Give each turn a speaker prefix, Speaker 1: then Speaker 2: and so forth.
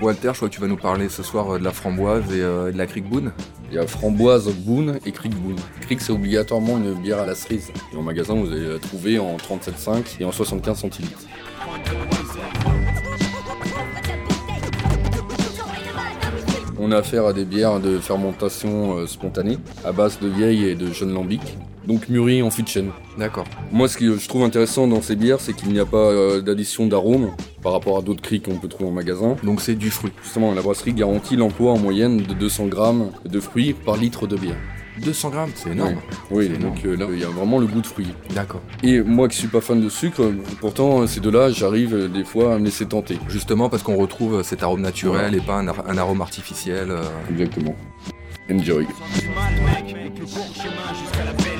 Speaker 1: Walter, je crois que tu vas nous parler ce soir euh, de la framboise et euh, de la Creek Boone.
Speaker 2: Il y a framboise Boone et Creek Boone. Creek, c'est obligatoirement une bière à la cerise. Et en magasin, vous allez la trouver en 37,5 et en 75 centilitres. On a affaire à des bières de fermentation euh, spontanée, à base de vieilles et de jeunes lambics, donc mûries en fût de chêne.
Speaker 1: D'accord.
Speaker 2: Moi, ce que je trouve intéressant dans ces bières, c'est qu'il n'y a pas euh, d'addition d'arômes par rapport à d'autres cris qu'on peut trouver en magasin.
Speaker 1: Donc c'est du fruit.
Speaker 2: Justement, la brasserie garantit l'emploi en moyenne de 200 grammes de fruits par litre de bière.
Speaker 1: 200 grammes, c'est énorme.
Speaker 2: Oui,
Speaker 1: C'est
Speaker 2: donc euh, là, il y a vraiment le goût de fruits.
Speaker 1: D'accord.
Speaker 2: Et moi qui suis pas fan de sucre, euh, pourtant, euh, ces deux-là, j'arrive euh, des fois à me laisser tenter.
Speaker 1: Justement parce qu'on retrouve euh, cet arôme naturel et pas un, ar- un arôme artificiel. euh.
Speaker 2: Exactement. Enjoy.
Speaker 3: Sens du mal, mec, le plus court chemin jusqu'à la paix.